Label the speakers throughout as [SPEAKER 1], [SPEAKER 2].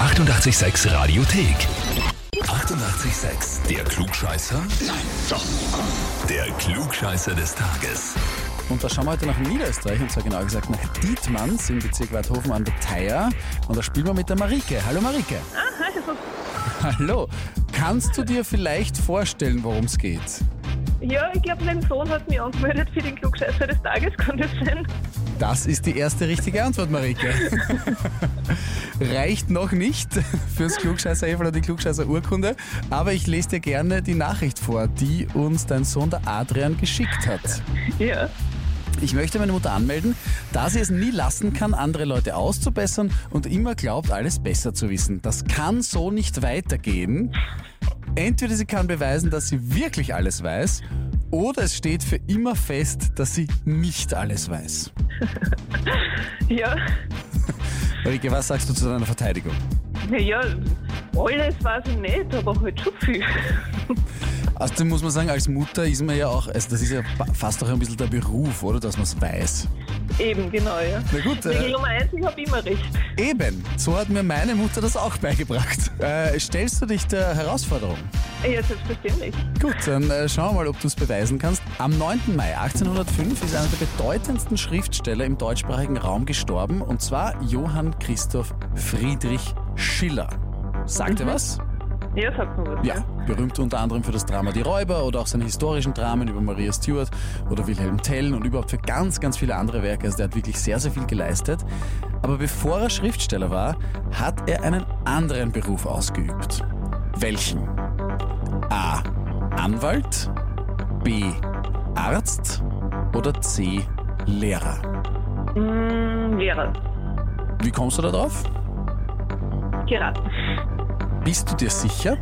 [SPEAKER 1] 886 Radiothek. 88,6. Der Klugscheißer? Nein, doch. Der Klugscheißer des Tages.
[SPEAKER 2] Und da schauen wir heute nach Niederösterreich, und zwar genau gesagt nach Dietmanns im Bezirk Weidhofen an der Theier. Und da spielen wir mit der Marike. Hallo Marike. Hallo. Kannst du dir vielleicht vorstellen, worum es geht?
[SPEAKER 3] Ja, ich glaube, mein Sohn hat mich angemeldet für den Klugscheißer des Tages, kann das sein?
[SPEAKER 2] Das ist die erste richtige Antwort, Marike. Reicht noch nicht fürs klugscheißer oder die Klugscheißer-Urkunde, aber ich lese dir gerne die Nachricht vor, die uns dein Sohn der Adrian geschickt hat.
[SPEAKER 3] Ja.
[SPEAKER 2] Ich möchte meine Mutter anmelden, da sie es nie lassen kann, andere Leute auszubessern und immer glaubt, alles besser zu wissen. Das kann so nicht weitergehen. Entweder sie kann beweisen, dass sie wirklich alles weiß, oder es steht für immer fest, dass sie nicht alles weiß.
[SPEAKER 3] Ja.
[SPEAKER 2] Ulrike, was sagst du zu deiner Verteidigung?
[SPEAKER 3] Naja, alles weiß ich nicht, aber halt schon viel.
[SPEAKER 2] Außerdem Also, muss man sagen, als Mutter ist man ja auch, also das ist ja fa- fast auch ein bisschen der Beruf, oder? Dass man es weiß.
[SPEAKER 3] Eben, genau, ja.
[SPEAKER 2] Na gut,
[SPEAKER 3] Regel
[SPEAKER 2] äh,
[SPEAKER 3] Nummer eins, ich habe immer recht.
[SPEAKER 2] eben. So hat mir meine Mutter das auch beigebracht. Äh, stellst du dich der Herausforderung?
[SPEAKER 3] Ja, selbstverständlich.
[SPEAKER 2] Gut, dann äh, schauen wir mal, ob du es beweisen kannst. Am 9. Mai 1805 ist einer der bedeutendsten Schriftsteller im deutschsprachigen Raum gestorben, und zwar Johann Christoph Friedrich Schiller. Sagt er was?
[SPEAKER 3] Ja, sagt man was.
[SPEAKER 2] Ja, berühmt unter anderem für das Drama Die Räuber oder auch seine historischen Dramen über Maria Stuart oder Wilhelm Tell und überhaupt für ganz, ganz viele andere Werke. Also der hat wirklich sehr, sehr viel geleistet. Aber bevor er Schriftsteller war, hat er einen anderen Beruf ausgeübt. Welchen? A. Anwalt, B. Arzt oder C. Lehrer.
[SPEAKER 3] Mm, Lehrer.
[SPEAKER 2] Wie kommst du da drauf?
[SPEAKER 3] Geraten.
[SPEAKER 2] Bist du dir sicher?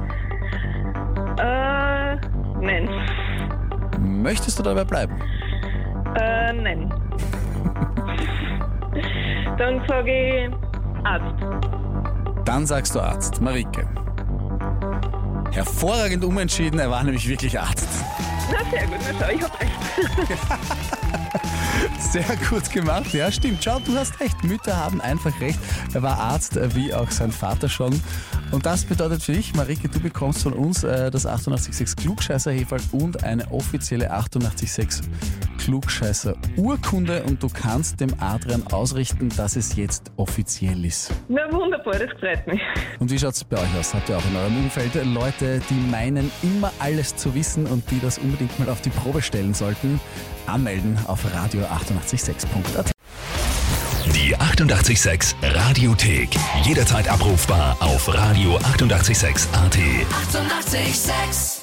[SPEAKER 3] Äh, nein.
[SPEAKER 2] Möchtest du dabei bleiben?
[SPEAKER 3] Äh, nein. Dann sage ich Arzt.
[SPEAKER 2] Dann sagst du Arzt, Marike. Hervorragend umentschieden, er war nämlich wirklich Arzt.
[SPEAKER 3] Na, sehr gut, na schau, ich habe recht.
[SPEAKER 2] Sehr gut gemacht, ja stimmt. Schau, du hast recht, Mütter haben einfach recht. Er war Arzt, äh, wie auch sein Vater schon. Und das bedeutet für dich, Marike, du bekommst von uns äh, das 886 klugscheißer heferl und eine offizielle 886 klugscheißer Urkunde. Und du kannst dem Adrian ausrichten, dass es jetzt offiziell ist.
[SPEAKER 3] Na, wunderbar, das freut mich.
[SPEAKER 2] Und wie schaut's bei euch aus? Habt ihr auch in eurem Umfeld Leute, die meinen, immer alles zu wissen und die das unbedingt mal auf die Probe stellen sollten? Anmelden auf radio886.at.
[SPEAKER 1] Die 88,6 Radiothek. Jederzeit abrufbar auf radio886.at. 88,6.
[SPEAKER 4] Eighty-eight, sex.